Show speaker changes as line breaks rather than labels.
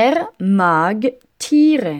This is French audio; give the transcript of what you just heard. Er mag Tiere.